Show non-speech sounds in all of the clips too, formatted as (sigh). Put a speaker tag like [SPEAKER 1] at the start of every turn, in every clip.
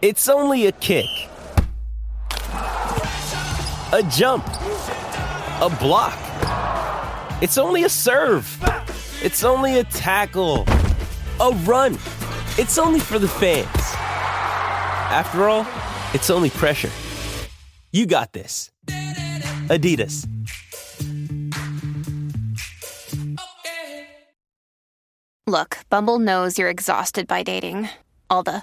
[SPEAKER 1] It's only a kick, a jump, a block. It's only a serve. It's only a tackle, a run. It's only for the fans. After all, it's only pressure. You got this. Adidas.
[SPEAKER 2] Look, Bumble knows you're exhausted by dating. All the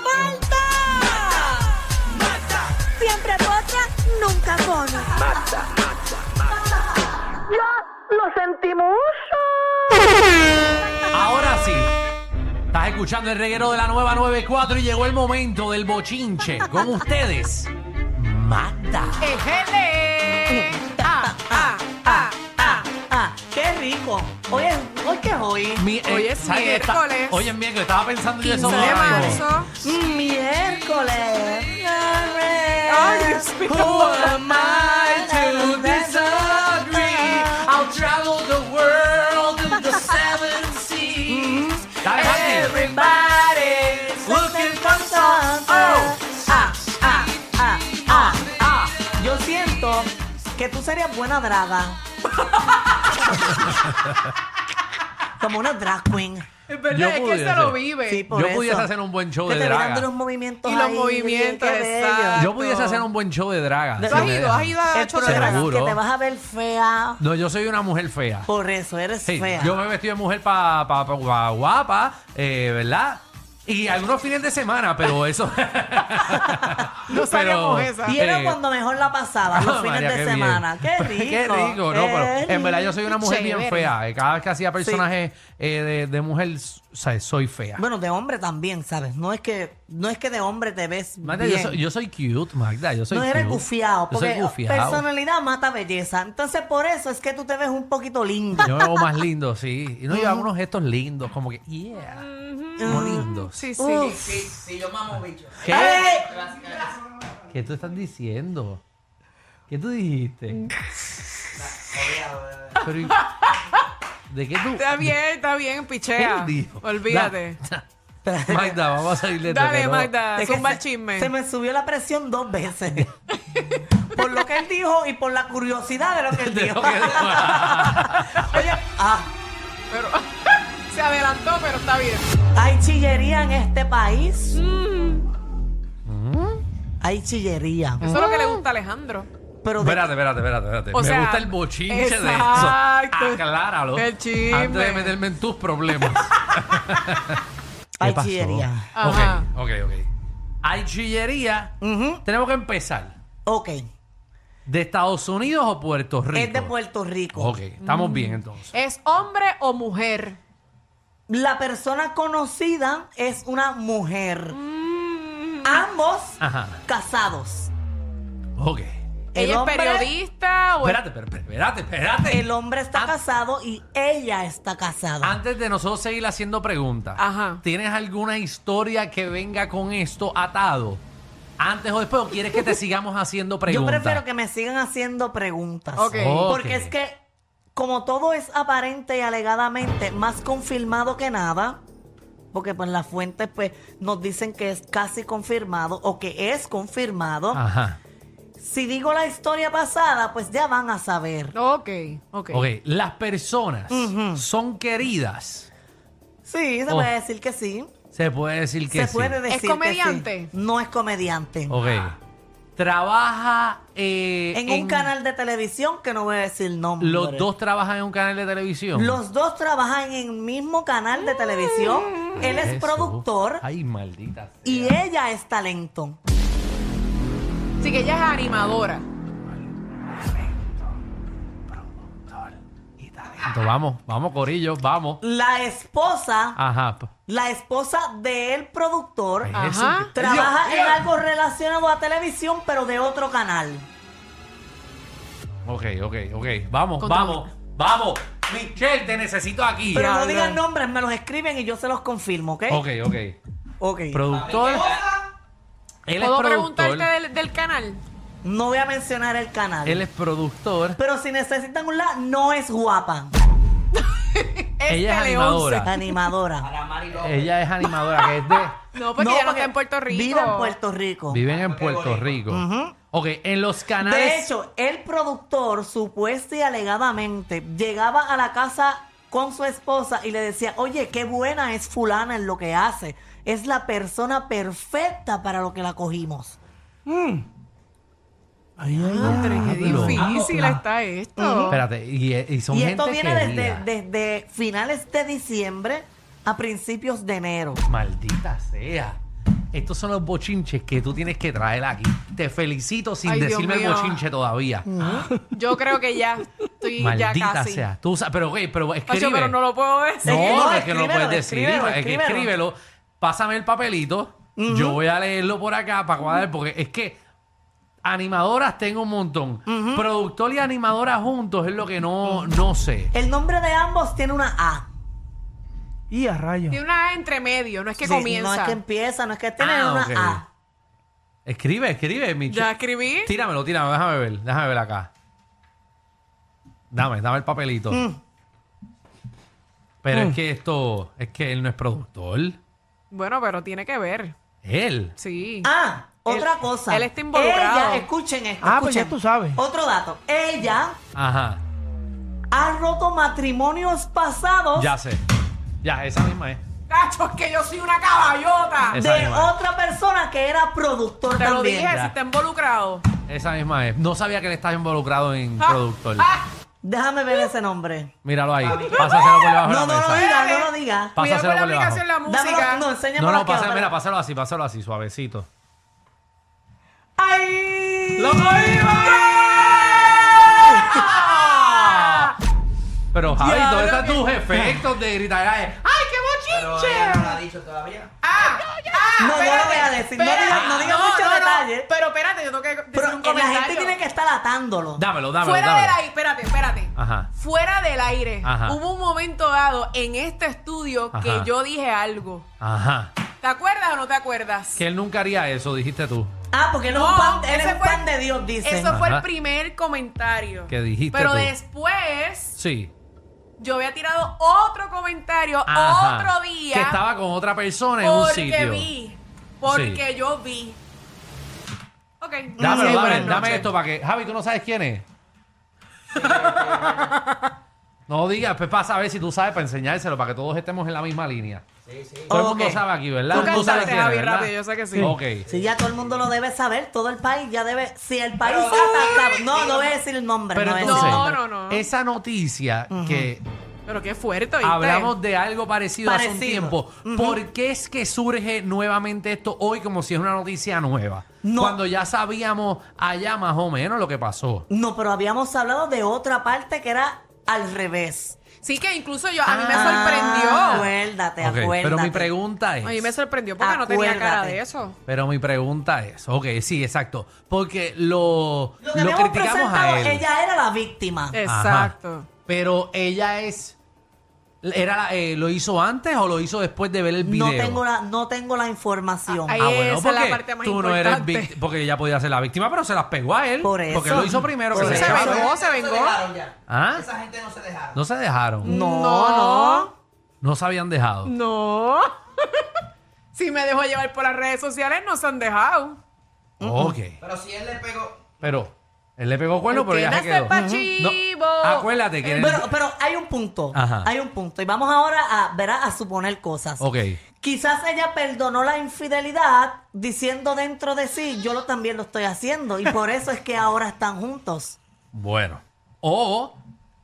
[SPEAKER 3] Malta! Siempre potra, nunca pone. ¡Ya lo sentimos!
[SPEAKER 4] Ahora sí. Estás escuchando el reguero de la nueva 94 y llegó el momento del bochinche. Con ustedes, Magda.
[SPEAKER 5] ¡Ejele! ¡Ah, ah, ah, ah, ah! ¡Qué rico! Hoy es, hoy que es hoy.
[SPEAKER 4] Mi- eh,
[SPEAKER 6] Hoy es
[SPEAKER 4] ¿sabes qué? Está-
[SPEAKER 6] miércoles.
[SPEAKER 4] Hoy es miércoles. Estaba pensando yo
[SPEAKER 6] 15
[SPEAKER 4] eso
[SPEAKER 6] de
[SPEAKER 4] ahora mismo.
[SPEAKER 6] marzo.
[SPEAKER 5] Miércoles.
[SPEAKER 6] Ay, Dios mío.
[SPEAKER 4] Who am I to disagree? I'll travel the world in the seven seas. Mm-hmm. Dale, Magdi.
[SPEAKER 5] Everybody's looking for something. Oh, ah, ah, ah, ah, ah. Yo siento que tú serías buena draga. Como una drag queen.
[SPEAKER 6] Es verdad,
[SPEAKER 4] Yo
[SPEAKER 6] es que
[SPEAKER 4] pudiese.
[SPEAKER 6] se lo vive.
[SPEAKER 5] Sí, por
[SPEAKER 4] Yo
[SPEAKER 5] eso.
[SPEAKER 4] pudiese hacer un buen show
[SPEAKER 5] Que
[SPEAKER 4] de
[SPEAKER 5] te ve dando los
[SPEAKER 4] draga.
[SPEAKER 5] movimientos
[SPEAKER 6] Y los
[SPEAKER 5] ahí, qué-
[SPEAKER 6] movimientos,
[SPEAKER 5] qué bello.
[SPEAKER 6] exacto.
[SPEAKER 4] Yo pudiese hacer un buen show de draga.
[SPEAKER 5] ¿Tú
[SPEAKER 4] si
[SPEAKER 6] ¿Tú has
[SPEAKER 4] me
[SPEAKER 6] ido?
[SPEAKER 4] dejan.
[SPEAKER 6] ¿Has ido a
[SPEAKER 5] Es por
[SPEAKER 6] chorro
[SPEAKER 5] eso
[SPEAKER 6] de
[SPEAKER 4] Seguro.
[SPEAKER 6] dragón?
[SPEAKER 5] que te vas a ver fea.
[SPEAKER 4] No, yo soy una mujer fea.
[SPEAKER 5] Por eso eres
[SPEAKER 4] Sí,
[SPEAKER 5] fea.
[SPEAKER 4] yo me vestí de mujer pa, pa- pa- pa- guapa, eh, ¿verdad? Y algunos fines de semana, pero (laughs) eso.
[SPEAKER 6] No sabíamos esa.
[SPEAKER 5] Y era
[SPEAKER 4] eh,
[SPEAKER 5] cuando mejor la pasaba, los fines
[SPEAKER 4] (laughs) María,
[SPEAKER 5] de
[SPEAKER 4] qué bien. Pues,
[SPEAKER 5] semana. Qué rico.
[SPEAKER 4] (laughs) qué rico, no, pero en verdad yo soy una mujer bien
[SPEAKER 6] Chévere.
[SPEAKER 4] fea. eh, Cada vez que hacía personajes eh, de, de mujer, s- o sea, soy fea.
[SPEAKER 5] Bueno, de hombre también, ¿sabes? No es que, no es que de hombre te ves
[SPEAKER 4] Magda, yo
[SPEAKER 5] bien.
[SPEAKER 4] soy, yo soy cute, Magda. Yo soy
[SPEAKER 5] no eres
[SPEAKER 4] cute.
[SPEAKER 5] gufiado,
[SPEAKER 4] Yo soy
[SPEAKER 5] porque
[SPEAKER 4] gufiado.
[SPEAKER 5] personalidad mata belleza. Entonces, por eso es que tú te ves un poquito lindo.
[SPEAKER 4] Yo me veo más lindo, sí. Y no, yo hago unos gestos lindos, como que, yeah. Como lindos.
[SPEAKER 6] Sí, sí.
[SPEAKER 5] (laughs)
[SPEAKER 4] ¿Qué?
[SPEAKER 5] ¡Ey!
[SPEAKER 4] ¿Qué tú estás diciendo? ¿Qué
[SPEAKER 6] (laughs)
[SPEAKER 4] tú dijiste? Pero, ¿y- ¿De qué tú?
[SPEAKER 6] Está bien, está bien, pichea.
[SPEAKER 4] Él dijo.
[SPEAKER 6] Olvídate.
[SPEAKER 4] Magda, vamos a salir de esto,
[SPEAKER 6] Dale,
[SPEAKER 4] que no-
[SPEAKER 6] Magda,
[SPEAKER 5] Es que
[SPEAKER 6] zumba el
[SPEAKER 5] se-
[SPEAKER 6] chisme.
[SPEAKER 5] Se me subió la presión dos veces. (laughs) por lo que él dijo y por la curiosidad de lo que él
[SPEAKER 4] de
[SPEAKER 5] dijo.
[SPEAKER 4] lo que-
[SPEAKER 5] (laughs) Oye, ah,
[SPEAKER 6] Pero, (laughs) se adelantó, pero está bien.
[SPEAKER 5] hay chillería en este país.
[SPEAKER 4] Mm.
[SPEAKER 5] Hay chillería.
[SPEAKER 6] Eso es lo que le gusta a Alejandro.
[SPEAKER 5] Pero de-
[SPEAKER 4] Espérate, espérate, espérate, espérate.
[SPEAKER 6] O
[SPEAKER 4] me
[SPEAKER 6] sea,
[SPEAKER 4] gusta el bochinche de eso.
[SPEAKER 6] exacto.
[SPEAKER 4] Acláralo.
[SPEAKER 6] El chisme.
[SPEAKER 4] Antes de meterme en
[SPEAKER 5] (laughs)
[SPEAKER 4] tus problemas.
[SPEAKER 5] hay
[SPEAKER 4] pasó?
[SPEAKER 5] chillería.
[SPEAKER 6] Ajá.
[SPEAKER 4] Ok, ok, ok. Hay chillería.
[SPEAKER 5] Ujú.
[SPEAKER 4] Tenemos que empezar.
[SPEAKER 5] Ok.
[SPEAKER 4] ¿De Estados Unidos o Puerto Rico?
[SPEAKER 5] Es de Puerto Rico.
[SPEAKER 4] Ok, estamos bien entonces.
[SPEAKER 6] ¿Es hombre o mujer?
[SPEAKER 5] La persona conocida es una mujer.
[SPEAKER 6] Mm.
[SPEAKER 5] Ambos
[SPEAKER 4] Ajá.
[SPEAKER 5] casados.
[SPEAKER 4] Ok.
[SPEAKER 5] El
[SPEAKER 6] ¿Ella
[SPEAKER 5] hombre-
[SPEAKER 6] es periodista o es-
[SPEAKER 4] Espérate, espérate, espérate, espérate.
[SPEAKER 5] El hombre está
[SPEAKER 4] Ah.
[SPEAKER 5] casado y ella está casada.
[SPEAKER 4] Antes de nosotros seguir haciendo preguntas,
[SPEAKER 6] Ajá.
[SPEAKER 4] ¿tienes alguna historia que venga con esto atado? Antes o después, ¿o quieres que te sigamos
[SPEAKER 5] (laughs)
[SPEAKER 4] haciendo
[SPEAKER 5] Yo
[SPEAKER 4] preguntas?
[SPEAKER 5] prefiero que me sigan haciendo preguntas.
[SPEAKER 6] Ok.
[SPEAKER 4] Ok.
[SPEAKER 5] Porque es que, como todo es aparente y alegadamente más confirmado que nada, porque pues las fuentes pues nos dicen que es casi confirmado o que es confirmado.
[SPEAKER 4] Ajá.
[SPEAKER 5] Si digo la historia pasada, pues ya van a saber.
[SPEAKER 6] Ok, ok.
[SPEAKER 4] Ok, las personas son queridas.
[SPEAKER 5] Sí, se
[SPEAKER 4] Oh.
[SPEAKER 5] puede decir que sí.
[SPEAKER 4] Se puede decir que
[SPEAKER 5] se
[SPEAKER 4] sí.
[SPEAKER 5] puede decir. que sí.
[SPEAKER 6] comediante?
[SPEAKER 5] No es comediante.
[SPEAKER 4] Ok. Trabaja eh,
[SPEAKER 5] En, un canal de televisión que no voy a decir nombre.
[SPEAKER 4] Los dos trabajan en un canal de televisión.
[SPEAKER 5] Los dos trabajan en el mismo canal de televisión. Él es
[SPEAKER 4] Mm, Eso.
[SPEAKER 5] productor
[SPEAKER 4] Ay, maldita. sea.
[SPEAKER 5] y ella es talento.
[SPEAKER 6] Así que ella es animadora.
[SPEAKER 4] Entonces, vamos, vamos, Corillo, vamos.
[SPEAKER 5] La esposa,
[SPEAKER 4] Ajá. Pues p-
[SPEAKER 5] la esposa del productor,
[SPEAKER 4] Ah. Ay,
[SPEAKER 6] Ajá.
[SPEAKER 4] Jesús.
[SPEAKER 5] trabaja en algo relacionado a televisión, pero de otro canal.
[SPEAKER 4] Ok, ok, ok. Vamos,
[SPEAKER 6] Contamina.
[SPEAKER 4] vamos, vamos. Michelle, te necesito aquí.
[SPEAKER 5] Pero no
[SPEAKER 6] Diablo.
[SPEAKER 5] digan nombres, me los escriben y yo se los confirmo,
[SPEAKER 6] ¿eh?
[SPEAKER 5] ¿ok?
[SPEAKER 4] Ok, ok.
[SPEAKER 5] Ok.
[SPEAKER 4] Productor. Él es
[SPEAKER 6] ¿Puedo
[SPEAKER 4] productor.
[SPEAKER 6] preguntarte del, del canal?
[SPEAKER 5] No voy a mencionar el canal.
[SPEAKER 4] Él es productor.
[SPEAKER 5] Pero si necesitan un la, no es guapa.
[SPEAKER 6] Es
[SPEAKER 4] Ella es
[SPEAKER 6] Tele
[SPEAKER 4] animadora.
[SPEAKER 5] Animadora.
[SPEAKER 4] Ella es animadora, que es de.
[SPEAKER 6] 11. No, porque ella no está en Puerto Rico.
[SPEAKER 5] Vive en Puerto Rico.
[SPEAKER 4] Viven en Puerto Rico. Ok, en los canales.
[SPEAKER 5] De hecho, el productor, supuesta y alegadamente, llegaba a la casa con su esposa y le decía, oye, qué buena es fulana en lo que hace. Es la persona perfecta para lo que la cogimos.
[SPEAKER 6] Madre, qué
[SPEAKER 4] Diablo.
[SPEAKER 6] difícil está esto.
[SPEAKER 4] Espérate, y, eh, y son
[SPEAKER 5] y
[SPEAKER 4] gente
[SPEAKER 5] esto viene
[SPEAKER 4] querida.
[SPEAKER 5] desde, desde finales de diciembre a principios de enero.
[SPEAKER 4] Maldita sea. Estos son los bochinches que tú tienes que traer aquí. Te felicito sin
[SPEAKER 6] Ay, Dios
[SPEAKER 4] decirme el
[SPEAKER 6] mío.
[SPEAKER 4] bochinche todavía.
[SPEAKER 6] Yo creo que ya estoy ya
[SPEAKER 4] Maldita
[SPEAKER 6] casi.
[SPEAKER 4] sea. Tú sa- pero, güey, pero escribe.
[SPEAKER 6] Pacho, pero no lo puedo decir.
[SPEAKER 4] No,
[SPEAKER 5] Escríbelo,
[SPEAKER 4] es que no lo puedes
[SPEAKER 5] escríbelo, escríbelo,
[SPEAKER 4] decir. es que
[SPEAKER 5] escríbelo.
[SPEAKER 4] escríbelo. Pásame el papelito. Yo voy a leerlo por acá para cuadrar, porque es que animadoras tengo un montón. Productor y animadora juntos es lo que no, no sé.
[SPEAKER 5] El nombre de ambos tiene una A.
[SPEAKER 7] Y a rayos.
[SPEAKER 6] Tiene una entre medio, no es que
[SPEAKER 5] Sí,
[SPEAKER 6] comienza.
[SPEAKER 5] No es que em- empieza, no es que Este tiene
[SPEAKER 4] Ah,
[SPEAKER 5] una
[SPEAKER 4] ok.
[SPEAKER 5] A.
[SPEAKER 4] Escribe, escribe, Micho.
[SPEAKER 6] Ya escribí.
[SPEAKER 4] Tíramelo, tíramelo, déjame ver, déjame ver acá. Dame, dame el papelito.
[SPEAKER 5] Mm.
[SPEAKER 4] Pero es que esto, es que él no es productor.
[SPEAKER 6] Bueno, pero tiene que ver.
[SPEAKER 4] Él.
[SPEAKER 6] Sí.
[SPEAKER 5] Ah,
[SPEAKER 6] Él-
[SPEAKER 5] otra cosa.
[SPEAKER 6] él está involucrado.
[SPEAKER 5] Ella, escuchen esto.
[SPEAKER 7] Ah, pues ya
[SPEAKER 5] escuchen.
[SPEAKER 7] tú sabes.
[SPEAKER 5] Otro dato. Ella
[SPEAKER 4] Ajá,
[SPEAKER 5] ha roto matrimonios pasados
[SPEAKER 4] ya sé. Ya, esa misma es.
[SPEAKER 6] Cacho, es que yo soy una caballota.
[SPEAKER 4] Es-
[SPEAKER 5] de
[SPEAKER 4] esa misma.
[SPEAKER 5] otra persona que era productor
[SPEAKER 6] Te lo
[SPEAKER 5] también.
[SPEAKER 6] dije,
[SPEAKER 4] ya.
[SPEAKER 6] si está involucrado.
[SPEAKER 4] Esa misma es. No sabía que él estaba involucrado en
[SPEAKER 6] Ah,
[SPEAKER 4] productor.
[SPEAKER 6] ah,
[SPEAKER 5] Déjame ver ese nombre.
[SPEAKER 4] Míralo ahí. Pásaselo por
[SPEAKER 5] No,
[SPEAKER 4] debajo de
[SPEAKER 5] no
[SPEAKER 4] la
[SPEAKER 5] lo
[SPEAKER 4] mesa.
[SPEAKER 5] digas, no lo digas.
[SPEAKER 6] cuidado con
[SPEAKER 4] Pásaselo
[SPEAKER 6] la
[SPEAKER 4] por debajo.
[SPEAKER 6] aplicación la música.
[SPEAKER 5] Dámelo, no, enséñamelo
[SPEAKER 4] No, no,
[SPEAKER 5] aquí ahora.
[SPEAKER 4] pásalo, mira, pásalo así, pásalo así, suavecito.
[SPEAKER 6] ¡Ay!
[SPEAKER 4] ¡Lo (laughs) Pero Javi,
[SPEAKER 6] Diablo,
[SPEAKER 4] ¿dónde están
[SPEAKER 6] que-
[SPEAKER 4] tus efectos de gritar? ¡Ay, qué bochinche!
[SPEAKER 6] ¡Ah! ¡Ah!
[SPEAKER 5] No, no lo
[SPEAKER 6] espérate,
[SPEAKER 5] voy a decir. No
[SPEAKER 6] espérate.
[SPEAKER 5] digas- no digas mucho detalle.
[SPEAKER 6] Pero espérate, yo tengo que decir
[SPEAKER 5] Pero
[SPEAKER 6] un
[SPEAKER 5] que la
[SPEAKER 6] comentario.
[SPEAKER 5] gente tiene que estar atándolo.
[SPEAKER 4] Dámelo, dámelo,
[SPEAKER 6] Fuera del
[SPEAKER 4] dámelo.
[SPEAKER 6] aire, espérate, espérate.
[SPEAKER 4] Ajá.
[SPEAKER 6] Fuera del aire,
[SPEAKER 4] Ajá.
[SPEAKER 6] hubo un momento dado en este estudio
[SPEAKER 4] Ajá.
[SPEAKER 6] que yo dije algo.
[SPEAKER 4] Ajá.
[SPEAKER 6] ¿Te acuerdas o no te acuerdas?
[SPEAKER 4] Que él nunca haría eso, dijiste tú.
[SPEAKER 5] Ah, porque él es un pan, él es
[SPEAKER 6] ese
[SPEAKER 5] un
[SPEAKER 6] fue-
[SPEAKER 5] pan de Dios, dice.
[SPEAKER 6] Eso fue el
[SPEAKER 4] Ajá.
[SPEAKER 6] primer comentario.
[SPEAKER 4] Que dijiste
[SPEAKER 6] Pero
[SPEAKER 4] tú.
[SPEAKER 6] después,
[SPEAKER 4] Sí.
[SPEAKER 6] yo había tirado otro comentario
[SPEAKER 4] Ajá.
[SPEAKER 6] otro día.
[SPEAKER 4] Que estaba con otra persona en un
[SPEAKER 6] porque
[SPEAKER 4] sitio.
[SPEAKER 6] vi. Porque yo vi. Ok.
[SPEAKER 4] Dámelo,
[SPEAKER 6] Sí,
[SPEAKER 4] dame,
[SPEAKER 6] buenas
[SPEAKER 4] dame
[SPEAKER 6] noches.
[SPEAKER 4] esto para que. Javi, tú no sabes quién es. No digas, pues para saber si tú sabes, para enseñárselo, para que todos estemos en la misma línea. Todo el mundo
[SPEAKER 5] Ok.
[SPEAKER 4] sabe aquí, ¿verdad?
[SPEAKER 6] Tú
[SPEAKER 4] sabes
[SPEAKER 6] cantaste,
[SPEAKER 4] quién es,
[SPEAKER 6] Javi,
[SPEAKER 4] ¿verdad?
[SPEAKER 6] rápido, yo sé que sí.
[SPEAKER 4] Ok.
[SPEAKER 5] Si ya todo el mundo lo debe saber, todo el país ya debe. Si el país ataca. No, no voy a decir el nombre.
[SPEAKER 4] Pero
[SPEAKER 5] no voy a
[SPEAKER 4] entonces,
[SPEAKER 5] decir el
[SPEAKER 6] No,
[SPEAKER 5] nombre.
[SPEAKER 6] no, no.
[SPEAKER 4] esa noticia que
[SPEAKER 6] Pero qué fuerte, ¿viste?
[SPEAKER 4] hablamos de algo parecido, hace un
[SPEAKER 5] Parecido.
[SPEAKER 4] tiempo, ¿por qué es que surge nuevamente esto hoy como si es una noticia nueva?
[SPEAKER 5] No.
[SPEAKER 4] Cuando ya sabíamos allá más o menos lo que pasó.
[SPEAKER 5] No, pero habíamos hablado de otra parte que era al revés.
[SPEAKER 6] Sí, que incluso yo, a mí me
[SPEAKER 5] Ah,
[SPEAKER 6] sorprendió.
[SPEAKER 5] Acuérdate,
[SPEAKER 4] Ok,
[SPEAKER 5] acuérdate.
[SPEAKER 4] pero mi pregunta es...
[SPEAKER 6] A mí me sorprendió porque no tenía cara
[SPEAKER 5] Acuérdate.
[SPEAKER 6] de eso.
[SPEAKER 4] Pero mi pregunta es, ok, sí, exacto, porque lo,
[SPEAKER 5] Lo
[SPEAKER 4] lo
[SPEAKER 5] habíamos
[SPEAKER 4] criticamos a
[SPEAKER 5] presentado,
[SPEAKER 4] él.
[SPEAKER 5] Ella era la víctima.
[SPEAKER 4] Ajá.
[SPEAKER 6] Exacto.
[SPEAKER 4] Pero ella es, era, la- eh, ¿lo hizo antes o lo hizo después de ver el video?
[SPEAKER 5] no, tengo la, no tengo la información.
[SPEAKER 6] Ahí
[SPEAKER 4] Ah, bueno,
[SPEAKER 6] Esa es la
[SPEAKER 4] porque
[SPEAKER 6] parte más
[SPEAKER 4] tú no eres
[SPEAKER 6] importante.
[SPEAKER 4] víctima, porque ella podía ser la víctima, pero se las pegó a él.
[SPEAKER 5] Por eso.
[SPEAKER 4] Porque lo hizo primero que
[SPEAKER 5] Por
[SPEAKER 4] se
[SPEAKER 6] Se
[SPEAKER 5] eso.
[SPEAKER 4] echaba.
[SPEAKER 6] vengó, se vengó.
[SPEAKER 4] ¿Ah? Esa gente no se dejaron. No se dejaron.
[SPEAKER 5] no, no.
[SPEAKER 4] No se habían dejado.
[SPEAKER 6] No. (laughs) si me dejo llevar por las redes sociales, no se han dejado.
[SPEAKER 4] Ok. Pero si él le pegó. Pero, él le pegó cuerno,
[SPEAKER 6] El
[SPEAKER 4] pero
[SPEAKER 6] que
[SPEAKER 4] ya se
[SPEAKER 6] nace
[SPEAKER 4] quedó. Ah,
[SPEAKER 6] pa' chivo.
[SPEAKER 4] Acuérdate que.
[SPEAKER 5] Pero, pero hay un punto.
[SPEAKER 4] Ajá.
[SPEAKER 5] Hay un punto. Y vamos ahora a, verá, a suponer cosas.
[SPEAKER 4] ok.
[SPEAKER 5] Quizás ella perdonó la infidelidad diciendo dentro de sí, yo lo, también lo estoy haciendo. Y por eso es que ahora están juntos.
[SPEAKER 4] Bueno. O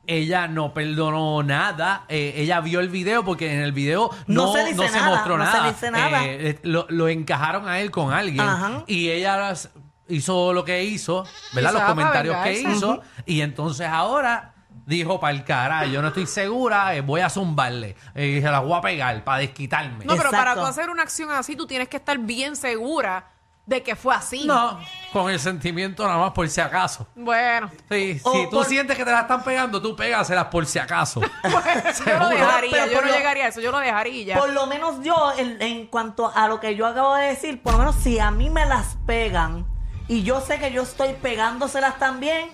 [SPEAKER 4] ella no perdonó nada. eh, ella vio el video porque en el video
[SPEAKER 5] No
[SPEAKER 4] no, no
[SPEAKER 5] se
[SPEAKER 4] se,
[SPEAKER 5] dice nada,
[SPEAKER 4] mostró
[SPEAKER 5] no se
[SPEAKER 4] nada.
[SPEAKER 5] dice nada.
[SPEAKER 4] Eh, eh, lo, lo encajaron a él con alguien.
[SPEAKER 5] Ajá.
[SPEAKER 4] Y ella las- hizo lo que hizo, ¿verdad?
[SPEAKER 6] Quizás
[SPEAKER 4] Los
[SPEAKER 6] para
[SPEAKER 4] comentarios que
[SPEAKER 6] vengarse.
[SPEAKER 4] hizo. Y entonces ahora dijo, para el cara, yo no estoy segura, eh, voy a zumbarle. eh, se la voy a pegar para desquitarme.
[SPEAKER 6] No, pero para
[SPEAKER 5] Exacto.
[SPEAKER 6] tú hacer una acción así, tú tienes que estar bien segura de que fue así.
[SPEAKER 4] No, con el sentimiento nada más por si acaso.
[SPEAKER 6] Bueno, (laughs)
[SPEAKER 4] Sí,
[SPEAKER 5] O
[SPEAKER 4] si tú
[SPEAKER 5] por-
[SPEAKER 4] sientes que te la están pegando, tú pégaselas por si acaso.
[SPEAKER 6] pues, yo
[SPEAKER 4] Seguro.
[SPEAKER 6] lo dejaría,
[SPEAKER 5] Pero
[SPEAKER 6] yo
[SPEAKER 5] por
[SPEAKER 6] no
[SPEAKER 5] lo-
[SPEAKER 6] llegaría a eso, yo lo dejaría y ya.
[SPEAKER 5] Por lo menos yo, en, en cuanto a lo que yo acabo de decir, por lo menos si a mí me las pegan y yo sé que yo estoy pegándoselas también,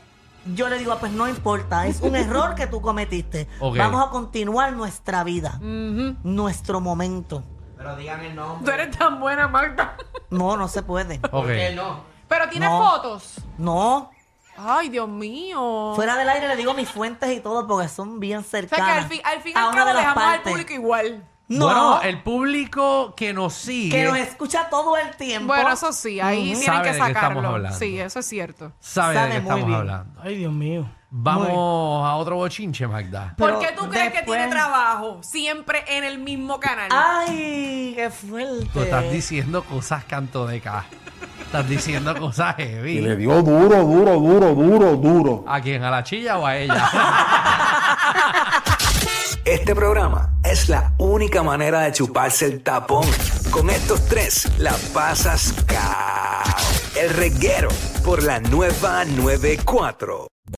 [SPEAKER 5] yo le digo, "Ah, pues no importa, es
[SPEAKER 6] (laughs)
[SPEAKER 5] un error que tú cometiste.
[SPEAKER 4] Ok.
[SPEAKER 5] Vamos a continuar nuestra vida,
[SPEAKER 6] Ujú.
[SPEAKER 5] nuestro momento.
[SPEAKER 8] Pero digan el
[SPEAKER 6] Tú
[SPEAKER 8] nombre.
[SPEAKER 6] eres tan buena, Magda.
[SPEAKER 5] No, no se puede.
[SPEAKER 6] Oh.
[SPEAKER 4] Ok.
[SPEAKER 8] ¿Por qué no?
[SPEAKER 6] (laughs) Pero tiene
[SPEAKER 5] No.
[SPEAKER 6] fotos.
[SPEAKER 5] No,
[SPEAKER 6] Ay, Dios mío.
[SPEAKER 5] fuera del aire le digo mis fuentes y todo porque son bien
[SPEAKER 6] o sea que
[SPEAKER 5] cercanas.
[SPEAKER 6] al fin, al fin y
[SPEAKER 5] a
[SPEAKER 6] al
[SPEAKER 5] una
[SPEAKER 6] cabo
[SPEAKER 5] de las
[SPEAKER 6] dejamos al
[SPEAKER 5] partes.
[SPEAKER 6] público igual.
[SPEAKER 5] No,
[SPEAKER 4] Bueno, el público que nos sigue
[SPEAKER 5] que nos escucha todo el tiempo.
[SPEAKER 6] Bueno, eso sí, ahí
[SPEAKER 4] Ujú.
[SPEAKER 6] tienen
[SPEAKER 4] Sabe
[SPEAKER 6] que
[SPEAKER 4] de qué estamos
[SPEAKER 6] sacarlo.
[SPEAKER 4] hablando.
[SPEAKER 6] Sí, eso es cierto.
[SPEAKER 4] sabe de
[SPEAKER 5] sabe
[SPEAKER 4] qué
[SPEAKER 5] muy
[SPEAKER 4] estamos
[SPEAKER 5] bien.
[SPEAKER 4] hablando.
[SPEAKER 7] Ay, Dios mío.
[SPEAKER 4] Vamos a otro bochinche, Magda.
[SPEAKER 6] ¿Por
[SPEAKER 5] Pero
[SPEAKER 6] qué tú crees que tiene
[SPEAKER 5] después-
[SPEAKER 6] trabajo siempre en el mismo canal?
[SPEAKER 5] Ah, Ay, qué fuerte.
[SPEAKER 4] Tú estás diciendo cosas canto de ca. Estás diciendo cosas
[SPEAKER 9] Y le
[SPEAKER 4] heavy.
[SPEAKER 9] dio duro, duro, duro, duro, duro.
[SPEAKER 4] ¿A quién? ¿A la chilla o a
[SPEAKER 5] (laughs)
[SPEAKER 4] ella?
[SPEAKER 10] Este programa es la única manera de chuparse el tapón. Con estos tres la pasas cao. El reguero por la nueva 94.